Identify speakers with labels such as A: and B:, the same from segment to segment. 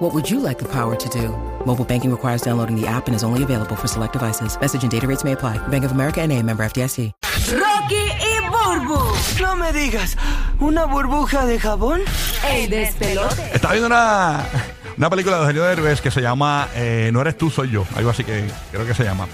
A: What would you like the power to do? Mobile banking requires downloading the app and is only available for select devices. Message and data rates may apply. Bank of America and a member FDIC.
B: Rocky y Burbu,
C: No me digas, ¿una burbuja de jabón?
B: el despelote.
D: Estaba viendo una, una película de Eugenio Derbez que se llama eh, No eres tú, soy yo. Algo así que creo que se llama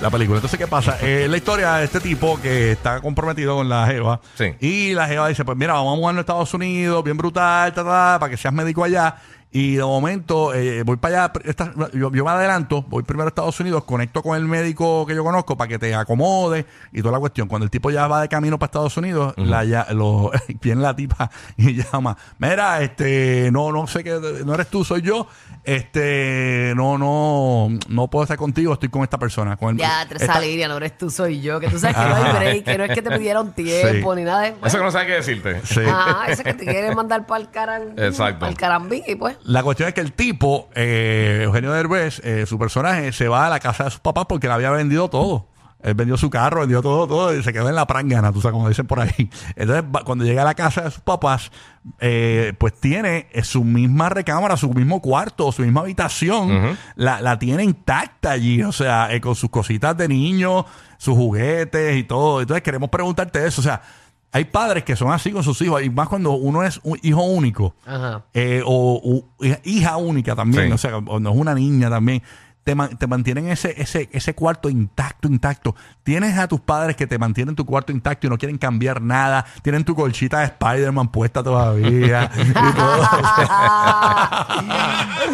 D: la película. Entonces, ¿qué pasa? Eh, la historia de este tipo que está comprometido con la Jeva.
E: Sí.
D: Y la Jeva dice: Pues mira, vamos a mudarnos a Estados Unidos, bien brutal, ta, ta, ta, para que seas médico allá. Y de momento eh, voy para allá, pr- esta- yo, yo me adelanto, voy primero a Estados Unidos, conecto con el médico que yo conozco para que te acomode y toda la cuestión. Cuando el tipo ya va de camino para Estados Unidos, la, ya- lo- viene la tipa y llama, mira, este, no, no sé qué, no eres tú, soy yo, este, no, no, no puedo estar contigo, estoy con esta persona. Con el,
F: Ya, tres
D: esta-
F: Lidia, no eres tú, soy yo. Que tú sabes que no hay break, que no es que te pidieron tiempo
D: Sí.
F: ni nada. De...
E: Eso que no sabe qué decirte.
D: Sí.
F: Ah, eso que te quieren mandar para el caran...
E: Exacto.
F: pa'l carambique, y pues.
D: La cuestión es que el tipo, eh, Eugenio Derbez, eh, su personaje, se va a la casa de sus papás porque le había vendido todo. Él vendió su carro, vendió todo, todo, y se quedó en la prangana, tú sabes, como dicen por ahí. Entonces, va- cuando llega a la casa de sus papás, eh, pues tiene eh, su misma recámara, su mismo cuarto, su misma habitación, la, la tiene intacta allí, o sea, eh, con sus cositas de niño, sus juguetes y todo. Entonces, queremos preguntarte eso, o sea, hay padres que son así con sus hijos, y más cuando uno es un hijo único.
F: Ajá.
D: Eh, o u- hija- hija única también,
E: Sí.
D: o sea, o no es una niña también. Te, man- te mantienen ese, ese, ese cuarto intacto, intacto. Tienes a tus padres que te mantienen tu cuarto intacto y no quieren cambiar nada. Tienen tu colchita de Spider-Man puesta todavía. y todo.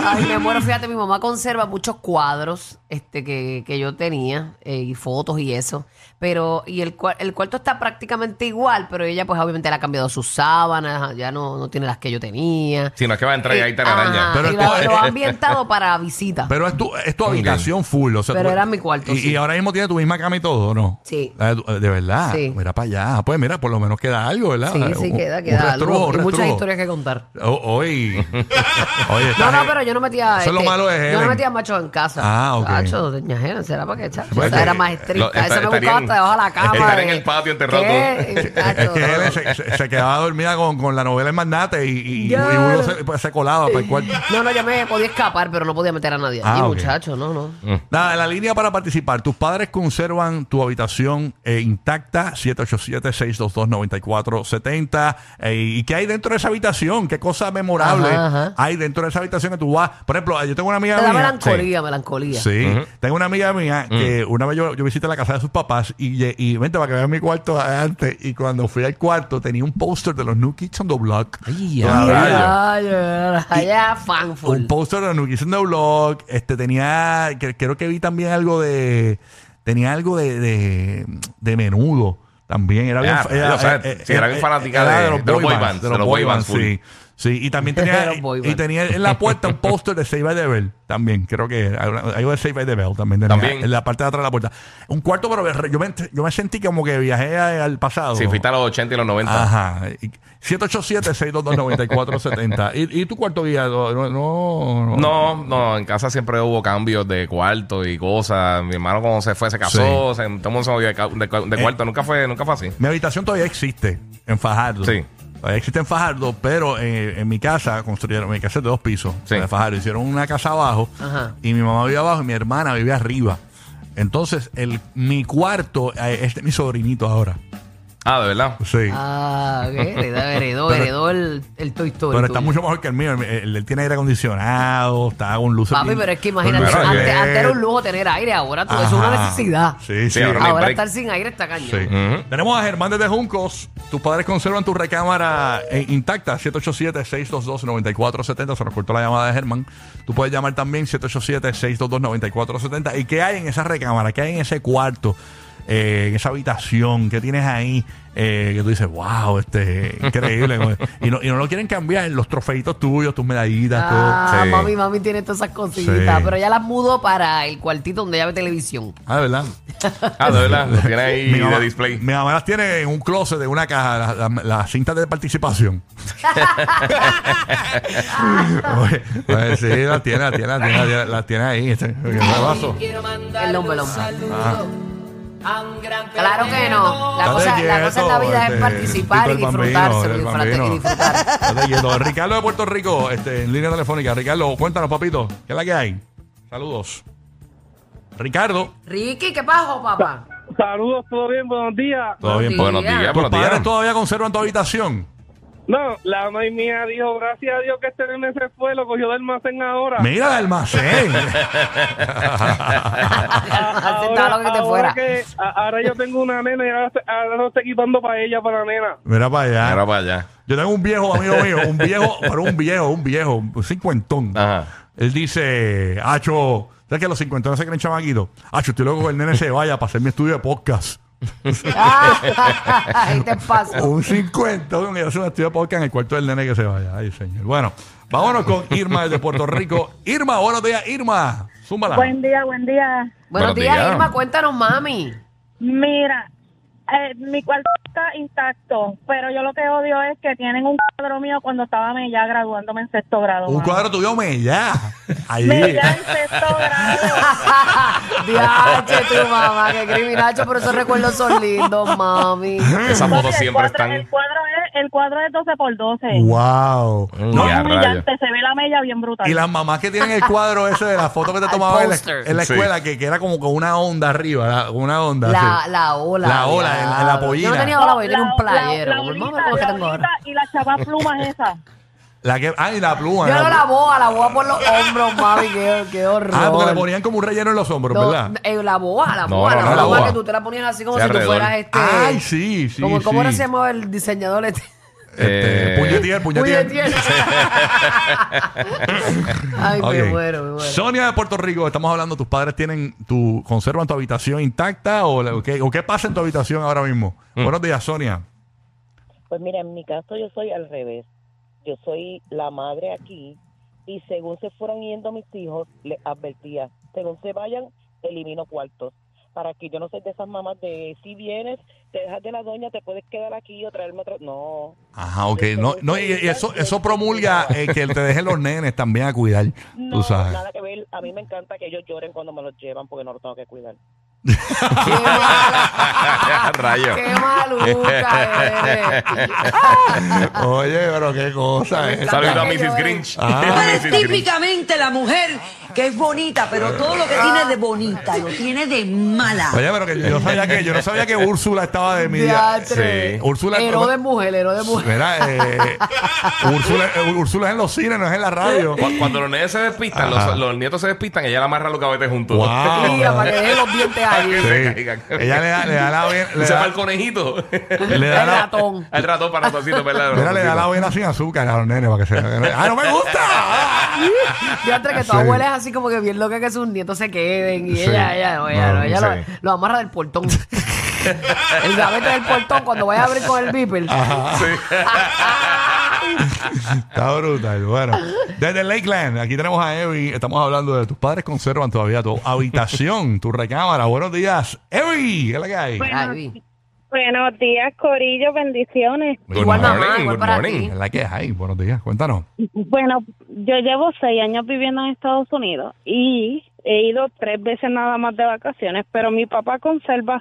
F: Ay, me muero, fíjate, mi mamá conserva muchos cuadros este, que, que yo tenía eh, y fotos y eso. Pero, y el, cua- el cuarto está prácticamente igual, pero ella, pues obviamente le ha cambiado sus sábanas, ya no, no tiene las que yo tenía. Eh,
E: Si no es que va a entrar y ahí te
F: Ajá,
E: araña.
D: Pero
F: y
D: esto-
F: lo, lo ha ambientado para visitas.
D: Pero es tu, es tu habitación full. O sea,
F: Pero
D: tú-
F: era mi cuarto,
D: Y,
F: sí.
D: y ahora mismo tiene tu misma cama y todo, ¿o ¿no?
F: Sí.
D: Ah, tú- De verdad.
F: Sí.
D: Mira para allá. Pues mira, por lo menos queda algo, ¿verdad?
F: Sí, sí,
D: Un-
F: queda,
D: un
F: queda algo.
D: restrujo, un
F: Y muchas
D: restrujo.
F: historias que contar.
D: O- Oh, hoy. Oye,
F: No,
D: esta
F: no,
D: gente-
F: pero yo no metía.
D: Eso
F: este,
D: es lo malo de
F: Yo
D: Helen.
F: no metía machos en casa.
D: Ah, ok.
F: Macho, doña Helen, será para que chacho.
D: Bueno,
F: esa era
D: que-
F: más
E: lo-
F: estricta.
E: esta-
F: Esa me buscaba
E: estarían-
F: hasta debajo de la cama.
E: estarían
F: de-
E: en el patio enterrado
F: ¿Qué?
D: Es
F: Chacho,
D: que
F: no.
D: él se, se- se quedaba dormida con, con la novela El Magnate y, y, y
F: Ya.
D: uno se, pues, se colaba para el cuarto.
F: No, no, yo me podía escapar, pero no podía meter a nadie.
D: Ah,
F: y
D: ok. Mm.
F: muchacho, no, no.
D: Nada, la línea para participar. Tus padres conservan tu habitación eh, intacta, 787-622-9470. Eh, ¿Y qué hay dentro de esa habitación? ¿Qué cosa memorable
F: Ajá, ajá.
D: hay dentro de esa habitación que tú vas? Por ejemplo, yo tengo una amiga
F: Te da
D: mía-
F: melancolía, melancolía.
D: Sí. Tengo una amiga mía que una vez yo, yo visité la casa de sus papás y, lle- y vente para que vean mi cuarto antes. Y cuando fui al cuarto tenía un póster de los New Kids on the Block. Todavía.
F: Ay, ay, ay, ya, fanful.
D: Ah, Un póster de los New Kids on the Block. Este tenía, que- creo que vi también algo de, tenía algo de, de, de menudo. También era bien,
E: Ah,
D: fa- era-
E: o sea,
D: eh,
E: sí, era
D: eh,
E: bien
D: eh,
E: fanática
D: era
E: de- de los boy bands,
D: De los boy bands,
E: full.
D: sí. Sí, y también
F: De
D: tenía,
F: los boy
D: y- y
F: bands.
D: tenía en la puerta un póster de Save by the Bell también, creo que era. Algo de Save by the Bell también. tenía
E: También.
D: En la parte de atrás de la puerta. Un cuarto, pero yo me, yo me sentí como que viajé a- al pasado.
E: Si fuiste a los 80 y los 90.
D: Ajá. Y- 787-622-9470. ¿Y, ¿Y tu cuarto guía? No, no, no.
E: No, no, en casa siempre hubo cambios de cuarto y cosas. Mi hermano cuando se fue se casó, se, todo el mundo se movió de, ca- de cua- de
D: Eh.
E: cuarto. Nunca fue, nunca fue así.
D: Mi habitación todavía existe en Fajardo.
E: Sí.
D: Todavía existe en Fajardo, pero eh, en mi casa construyeron, mi casa es de dos pisos.
E: Sí.
D: De Fajardo hicieron una casa abajo
F: Ajá.
D: y mi mamá vivía abajo y mi hermana vivía arriba. Entonces, el, mi cuarto eh, es de mi sobrinito ahora.
E: Ah, de verdad.
D: Sí.
F: Ah, ok, heredó, heredó,
D: Pero-
F: heredó el, el Toy Story.
D: pero está
F: tuyo.
D: mucho mejor que el mío. Él, él- él tiene aire acondicionado, está con luces.
F: Papi,
D: bien-
F: pero es que
D: con
F: imagínate,
D: luces
E: Claro,
F: antes,
D: bien.
F: antes era un lujo tener aire, ahora tú, eso es una
D: eh. Ajá.
F: necesidad.
D: Sí, sí.
E: Sí, ahora
F: Ahora
E: break.
F: estar sin aire está cañón.
D: Sí. Tenemos a Germán desde Juncos. Tus padres conservan tu recámara eh, intacta. 787-622-9470. Se nos cortó la llamada de Germán. Tú puedes llamar también 787-622-9470. ¿Y qué hay en esa recámara? ¿Qué hay en ese cuarto? eh, en esa habitación? ¿Qué tienes ahí? Eh, que tú dices, wow, este, increíble. como- y, no, y no lo quieren cambiar, los trofeitos tuyos, tus medallitas, todo.
F: Ah,
E: Sí.
F: mami, mami tiene todas esas cositas,
D: Sí.
F: pero ya las mudó para el cuartito donde ella ve televisión.
D: Ah, de verdad.
E: Ah, de verdad, lo tiene ahí
D: Mi mamá-
E: de display.
D: Mi mamá las tiene en un closet de una caja, las las- las cintas de participación. Oye, oye, sí, las tiene, las tiene, las tiene, las tiene, las tiene ahí. este, Ah. ¿qué pasó?
F: El nombre, el hombre. Claro que no. La
D: Date
F: cosa, la
D: quieto,
F: cosa en la vida
D: este,
F: es participar y
D: Tito el Bambino,
F: disfrutárselo,
D: el
F: disfrutar- y
D: Bambino.
F: disfrutar.
D: Date quieto. Ricardo de Puerto Rico, este, en línea telefónica. Ricardo, cuéntanos, papito, ¿qué es la que hay? Saludos. Ricardo,
F: Ricky, ¿qué pasó, papá?
G: Saludos, todo bien, buenos días.
D: todo
F: Buenos
D: bien.
F: días.
E: Buenos días,
D: ¿Tus
E: buenos
D: padres
E: días.
D: todavía conservan tu habitación?
G: No, la mamá mía dijo, gracias a Dios que este nene se fue, lo cogió del almacén ahora.
D: Mira el almacén.
F: Aceptaba lo que te fuera.
G: ahora, que- a- ahora yo tengo una nena y ahora, estoy- ahora lo estoy equipando para ella, para la nena.
D: Mira para allá.
E: Ahora para allá.
D: Yo tengo un viejo amigo mío, un viejo, pero un viejo, un viejo, un cincuentón.
E: Ajá.
D: Él dice, Acho, ¿sabes que los cincuentones se creen chamaquitos? Acho, estoy loco que el nene se vaya para hacer mi estudio de podcast.
F: Ah, Ahí te paso.
D: Un cincuentón que hace un estudio de podcast en el cuarto del nene que se vaya. Ay, señor. Bueno, vámonos con Irma desde Puerto Rico. Irma, buenos días, Irma. Zúmbala.
H: Buen día, buen día.
F: Buenos
E: Buenos
F: días,
E: días.
F: Irma. Cuéntanos, mami.
H: Mira, eh, mi cuarto está intacto, pero yo lo que odio es que tienen un cuadro mío cuando estaba ya graduándome en sexto grado.
D: Un
H: mano.
D: cuadro tuyo me ya. Allí.
H: Mella en sexto grado.
F: Diache, tu mamá, qué criminacho, pero esos recuerdos son lindos, mami.
E: Esas
H: Entonces,
E: fotos
H: el
E: siempre
H: cuadro-
E: están.
H: El cuadro, es, el cuadro es 12 por 12.
D: Wow.
E: Mm, ya, rayos.
H: Brillante, se ve la mella bien brutal.
D: Y las mamás que tienen el cuadro ese de la foto que te tomaba en la,
F: póster.
D: en la
E: Sí.
D: escuela, que, que era como con una onda arriba, la- una onda.
F: La,
D: así.
F: la ola.
D: Ah, La ola, en la- en la
F: diablo. Yo
D: pollina.
F: no tenía
H: No,
F: ola, yo tenía
H: la-
F: un playero.
H: la- la
F: Vamos a ver
H: bolita,
F: cómo es que
H: la
F: tengo
H: bolita
F: ahora.
H: Y la chapa plumas esa.
D: La que, ah, y la pluma.
F: Yo
D: la
F: no
D: pluma.
F: la boa, la boa por los hombros, mami, qué, qué horror.
D: ah, porque le ponían como un relleno en los hombros,
F: No,
D: ¿verdad?
F: eh, la boa, la
E: No,
F: boa,
E: no,
F: la,
E: no, la
F: boa
E: boa.
F: que tú te la ponías así como
E: Sí,
F: si
E: alrededor.
F: tú fueras este.
D: Ay, sí, sí.
F: como, ¿Cómo
D: sí.
F: era se llamaba el diseñador este?
D: Este,
E: Eh,
D: puñetier, puñetier.
F: Puñetier. Ay,
D: Ok.
F: me muero, me muero.
D: Sonia de Puerto Rico, estamos hablando, tus padres tienen tu conservan tu habitación intacta o, la- o qué, o qué pasa en tu habitación ahora mismo.
E: Mm.
D: Buenos días, Sonia.
I: Pues mira, en mi caso yo soy al revés. Yo soy la madre aquí y según se fueron yendo mis hijos, les advertía, según se vayan, elimino cuartos. Para que yo no soy de esas mamás de si vienes, te dejas de la doña, te puedes quedar aquí o traerme otro. No.
D: Ajá, ok. No, no, y, y eso, eso promulga eh, que te dejen los nenes también a cuidar.
I: No,
D: tú sabes.
I: nada que ver. A mí me encanta que ellos lloren cuando me los llevan porque no los tengo que cuidar.
F: Qué mala.
E: Rayo.
F: Qué maluca eres.
D: Oye, pero qué cosa. eh.
E: Saludos a
F: que yo
E: Mrs.
F: es.
E: Grinch.
D: Ah.
E: Mrs.
B: Eres
E: Grinch.
B: típicamente la mujer que es bonita, pero todo lo que tiene de bonita lo tiene de mala.
D: Oye, pero que yo no sabía que yo no sabía que Úrsula estaba de mi
F: Diatre.
E: Sí.
D: Úrsula-
F: Hero de mujer, hero de mujer.
D: Mira, eh, Úrsula, eh, Úrsula es en los cines, no es en la radio.
E: Cu- Cuando los nenes se despistan,
D: Ajá.
E: los, los nietos se despistan, ella la amarra los cabetes juntos.
D: Wow.
F: Mira, para que deje los dientes ahí.
E: Sí.
D: Sí. Ella le da, le da la vena. Le
E: Se va al
D: da,
E: conejito.
D: le da
F: El
D: la-
F: ratón.
E: Al ratón para ratoncito, ¿verdad?
D: mira, le da la vena sin azúcar a los nenes para que se. ¡Ah, no me gusta! Ah.
F: Diatre que tu
D: Sí.
F: abuela es así como que bien loca que sus nietos se queden. Y
D: Sí.
F: ella, ella, no, ella,
D: No,
F: no, ella
E: sí.
F: lo, lo amarra del portón. el gavete del portón cuando vaya a abrir con el beeper.
D: Está brutal. Bueno, desde Lakeland, aquí tenemos a Evi. Estamos hablando de tus padres conservan todavía tu habitación, tu recámara. Buenos días, Evi. ¿Qué es la que hay?
H: Bueno,
F: Ay, vi.
H: Buenos días, Corillo, bendiciones.
F: igual mamá,
E: morning,
F: igual
E: good
F: para
E: morning.
F: ti.
D: ¿Qué es la que hay? Buenos días, cuéntanos.
H: Bueno, yo llevo seis años viviendo en Estados Unidos y he ido tres veces nada más de vacaciones, pero mi papá conserva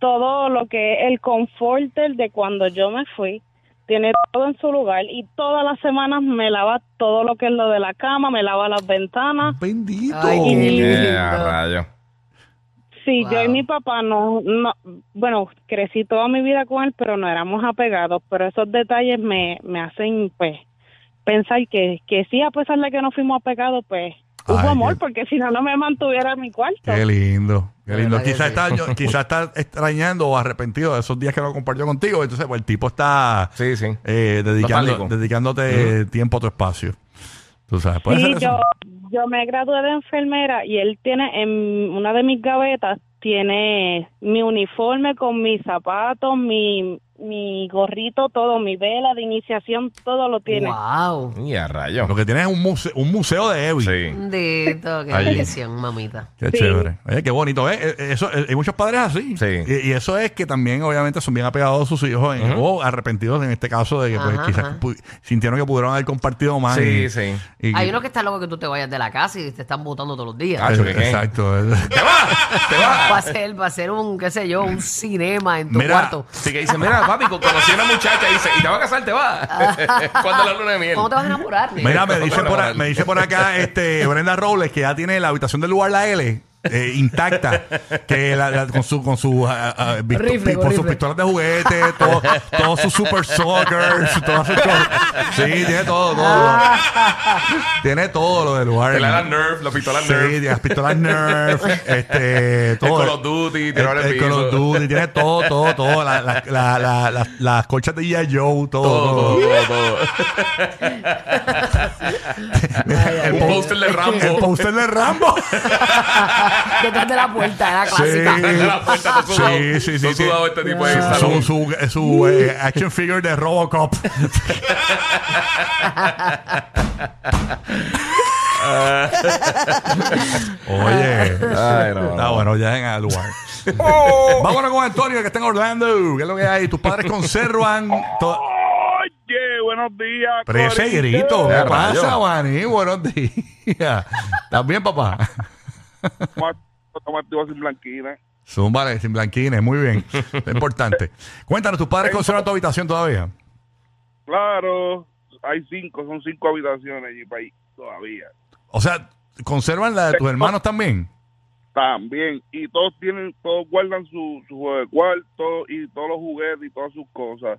H: todo lo que es el conforter de cuando yo me fui. Tiene todo en su lugar y todas las semanas me lava todo lo que es lo de la cama, me lava las ventanas.
D: Bendito.
F: Ay, qué
E: Yeah,
F: lindo.
E: Eh, rayo.
H: Sí, yo y
F: Wow.
H: mi papá no, no, bueno, crecí toda mi vida con él, pero no éramos apegados, pero esos detalles me, me hacen, pues, pensar que, que sí, a pesar de que no fuimos apegados, pues, hubo
D: Ay,
H: amor,
D: qué-
H: porque si no, no me mantuviera en mi cuarto.
D: Qué lindo, qué
F: De
D: lindo.
F: verdad que
D: Quizás
F: sí.
D: está, yo- quizá está extrañando o arrepentido de esos días que no compartió contigo. Entonces, pues el tipo está
E: Sí, sí.
D: eh, dedicando-
E: Nostálgico.
D: dedicándote tiempo a tu espacio. Tú sabes, puede
H: Sí,
D: ser eso.
H: yo, yo me gradué de enfermera y él tiene en una de mis gavetas tiene mi uniforme con mis zapatos, mi, mi gorrito, todo, mi vela de iniciación, todo lo tiene.
F: Wow.
E: Y a rayos.
D: Lo que tienes es un museo, un museo de Evi.
E: Sí.
F: Bendito, qué
E: Allí.
F: bendición, mamita.
D: Qué chévere. Oye, qué bonito. ¿eh? Eh, Eso, eh, hay muchos padres así.
E: Sí.
D: Y, y eso es que también, obviamente, son bien apegados a sus hijos en- o arrepentidos en este caso de que pues,
F: Ajá,
D: quizás
F: ajá.
D: pu- sintieron que pudieron haber compartido más.
E: Sí,
D: y-
E: sí.
D: y-
F: Hay unos que están locos que tú te vayas de la casa y te están votando todos los días.
E: Ah,
D: Eh,
E: Cacho, ¿qué, qué?
D: Exacto. Ah,
F: Va a ser, va a ser un, qué sé yo, un cinema en tu
D: Mira,
F: cuarto.
E: Así que dice, mira, papi, con- conocí a una muchacha y dice, ¿y te va a casar? ¿Te va? ¿Cuándo la luna de miel?
F: ¿Cómo te vas a enamorar?
E: Este,
F: Nick?
D: Mira, me dice, por, a- me dice por acá este Brenda Robles que ya tiene la habitación del lugar la L eh, intacta, que la- la- con su con su ah, ah, pisto-
F: Rifle, con
D: con sus
F: rifle.
D: pistolas de juguete, todo- todos sus super sockers, todas sus cosas. Sí, tiene todo, todo. tiene todo lo del lugar.
E: El Alan Nerf, los pistolas
D: Sí,
E: Nerf.
D: tiene las pistolas Nerf, este, todo.
E: Call of Duty, tirar
D: el,
E: al
D: el Call of
E: piso.
D: Duty, tiene todo, todo, todo. La- la- la- la- la- las colchas de G.I. Joe, todo, todo.
E: Todo, todo, todo.
D: El
E: Un
D: po-
E: póster de
D: El
E: Rambo.
D: póster de Rambo.
F: Detrás de la puerta, era clásica.
D: Sí.
E: De la puerta, todo sudado.
D: Sí, sí, sí,
E: Todo
D: sí.
E: sudado este tipo de
D: Su,
E: salón.
D: su, su, eh, action figure de Robocop. Oye.
E: Ay, no,
D: Está
E: no.
D: bueno, ya en el lugar.
E: Oh.
D: Vámonos con Antonio, que está en Orlando. ¿Qué es lo que hay? Tus padres conservan. to-
G: Oye, buenos días.
D: Pero ese
G: Corillo.
D: grito, ¿qué
E: Ya,
D: pasa,
E: rayo.
D: Juaní? Buenos días. ¿Estás bien, papá?
G: Toma- toma tu voz sin blanquina.
D: Zúmbale, sin blanquines, muy bien. Es importante. Cuéntanos, ¿tus padres conservan tu habitación todavía?
G: Claro, hay cinco, son cinco habitaciones allí para ahí todavía.
D: O sea, ¿conservan la de tus hermanos también?
G: También, y todos tienen, todos guardan su, su juego de cuarto y todos los juguetes y todas sus cosas.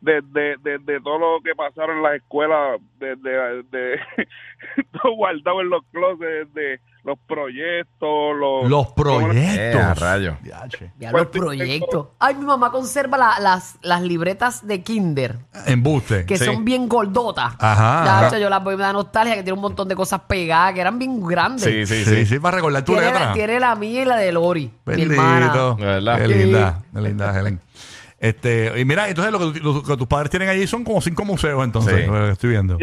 G: Desde, desde todo lo que pasaron en las escuelas, desde, desde todo guardado en los closets, desde los proyectos, los...
D: Los
E: Eh, a
D: proyectos.
E: rayo.
D: Diache.
F: Ya los proyectos. Ay, mi mamá conserva la- las, las libretas de Kinder,
D: Embuste.
F: que
E: Sí.
F: son bien gordotas.
D: Ajá.
F: Ya, hecho, yo las voy me da nostalgia, que tiene un montón de cosas pegadas, que eran bien grandes.
E: Sí, sí,
D: Sí,
E: sí.
D: sí, para recordar tu
F: Tiene la,
D: letra.
F: tiene la mía y la de Lori, mi hermana.
D: Bendito.
E: De verdad.
D: Qué
E: Sí.
D: linda, qué linda, Helen. Este, y mira, entonces lo que, tu- lo que tus padres tienen allí son como cinco museos, entonces,
E: Sí.
D: lo que estoy viendo.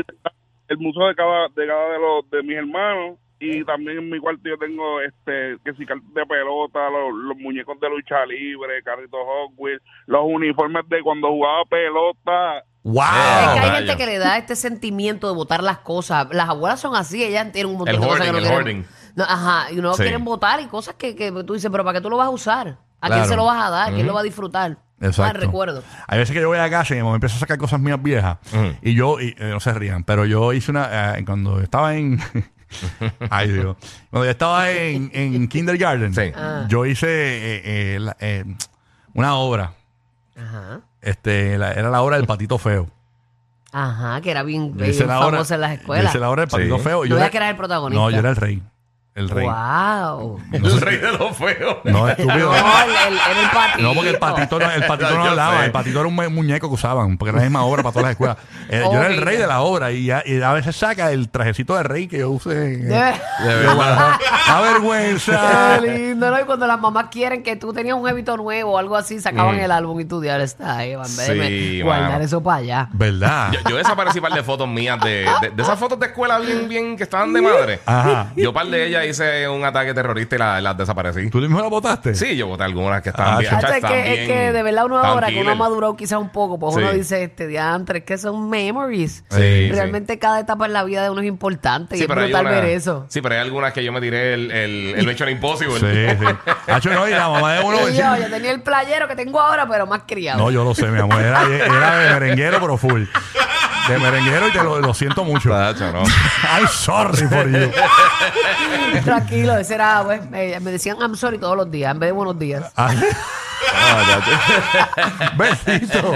G: el museo de cada de cada de los de mis hermanos y también en mi cuarto yo tengo este que si cal- de pelota los, los muñecos de lucha libre carritos Hot Wheels los uniformes de cuando jugaba pelota
D: ¡Wow!
F: Es que hay
E: Ah,
F: gente
E: rayos.
F: que le da este sentimiento de botar las cosas. Las abuelas son así, ellas tienen un montón
E: El
F: de cosas
E: hoarding,
F: que no
E: el
F: quieren.
E: hoarding.
F: No, ajá, y no
E: Sí.
F: quieren botar y cosas que, que tú dices, pero ¿para qué tú lo vas a usar? ¿A
D: Claro.
F: quién se lo vas a dar? ¿Quién lo va a disfrutar?
D: Exacto.
F: Mal recuerdo.
D: Hay veces que yo voy a casa y mi mamá empieza a sacar cosas mías viejas. Y yo, y, eh, no se rían, pero yo hice una. eh, cuando estaba en. Ay, Dios. Cuando yo estaba en, en kindergarten,
E: Sí.
F: Ah.
D: yo hice eh, eh, la- eh, una obra.
F: Ajá.
D: Este, la- era la obra del patito feo.
F: Ajá, que era bien,
D: Yo
F: bien
D: hice la obra-
F: famosa en las
D: yo
F: escuelas.
D: hice la obra del patito
E: Sí.
D: feo. y
F: No
D: yo
F: era que eras el protagonista.
D: No, yo era el rey. El rey.
F: ¡Wow!
E: El rey de los feos.
D: No, estúpido.
F: No, el, el- era el patito.
D: No, porque el patito no, el patito no
E: Yo
D: hablaba,
E: sé.
D: el patito era un mu- muñeco que usaban, porque era la misma obra para todas las escuelas. Eh, yo era el
F: Ok.
D: rey de la obra y, ya- y a veces saca el trajecito de rey que yo usé. en-
F: De-
E: De
D: Yo, bueno,
E: verdad.
D: ¡La vergüenza!
F: Qué lindo, ¿no? Y cuando las mamás quieren que tú tenías un jevito nuevo o algo así, sacaban el álbum y tú diablo está ahí, en vez de
E: Sí,
F: guardar
E: mano.
F: eso para allá.
D: ¿Verdad?
E: Yo, yo desaparecí par de fotos mías de, de, de esas fotos de escuela bien, bien que estaban de madre.
D: Ajá.
E: Yo par de ellas hice un ataque terrorista y la- las desaparecí.
D: ¿Tú mismo la votaste?
E: Sí, yo boté algunas que estaban
D: Ah,
E: bien.
D: sí.
E: chas,
F: Hacho, es,
E: estaban
F: que, es
E: bien-
F: que de verdad uno
E: estaban
F: ahora que uno ha
E: killer.
F: madurado quizás un poco, pues
E: Sí.
F: uno dice, este diantre, es que son memories.
E: Sí,
F: Realmente cada etapa en la vida de uno es importante y
E: Sí,
F: es
E: pero hay
F: brutal
E: una-
F: ver eso.
E: Sí, pero hay algunas que yo me tiré el, el, el Mission Impossible.
D: Sí, sí. Hacho, no, y la mamá de uno.
F: Y yo, yo tenía el playero que tengo ahora, pero más criado.
D: No, yo lo sé, mi amor. Era, era de merenguero, pero full. De merenguero y te lo, lo siento mucho.
E: Tacho, no.
D: I'm sorry for you.
F: Tranquilo, ese era, pues, eh, me decían I'm sorry todos los días, en vez de buenos días.
D: Ah,
E: Ah, tacho.
D: Besito.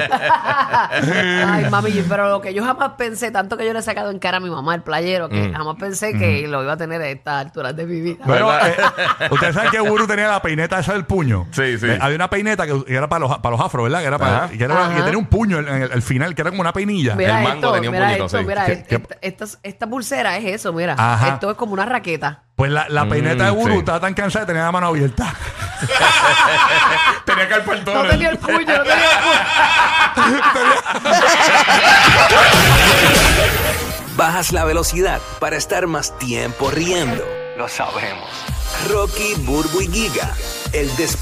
F: Ay, mami, pero lo que yo jamás pensé, tanto que yo le he sacado en cara a mi mamá el playero, que
E: Mm.
F: jamás pensé que lo iba a tener a estas alturas de mi vida.
D: Bueno, eh, ustedes saben que Guru tenía la peineta esa del puño.
E: Sí, sí.
D: Eh, había una peineta que que era para los, para los afros, ¿verdad? Que, era para,
E: Ajá.
D: que, era-
F: Ajá.
D: que tenía un puño en el, el final, que era como una peinilla.
F: Mira
E: El mango
F: esto,
E: tenía un
F: mira
E: puñito,
F: esto,
E: sí.
F: mira,
E: ¿Qué-
F: est- esta, esta- esta pulsera es eso, mira.
D: Ajá.
F: Esto es como una raqueta.
D: Pues la, la peineta de
E: Mm,
D: Guru
E: sí.
D: estaba tan cansada que tenía la mano abierta.
E: Tenía que al
F: No tenía el puño, no tenía el puño.
C: Bajas la velocidad para estar más tiempo riendo. Lo sabemos. Rocky, Burbu y Giga, el despertar.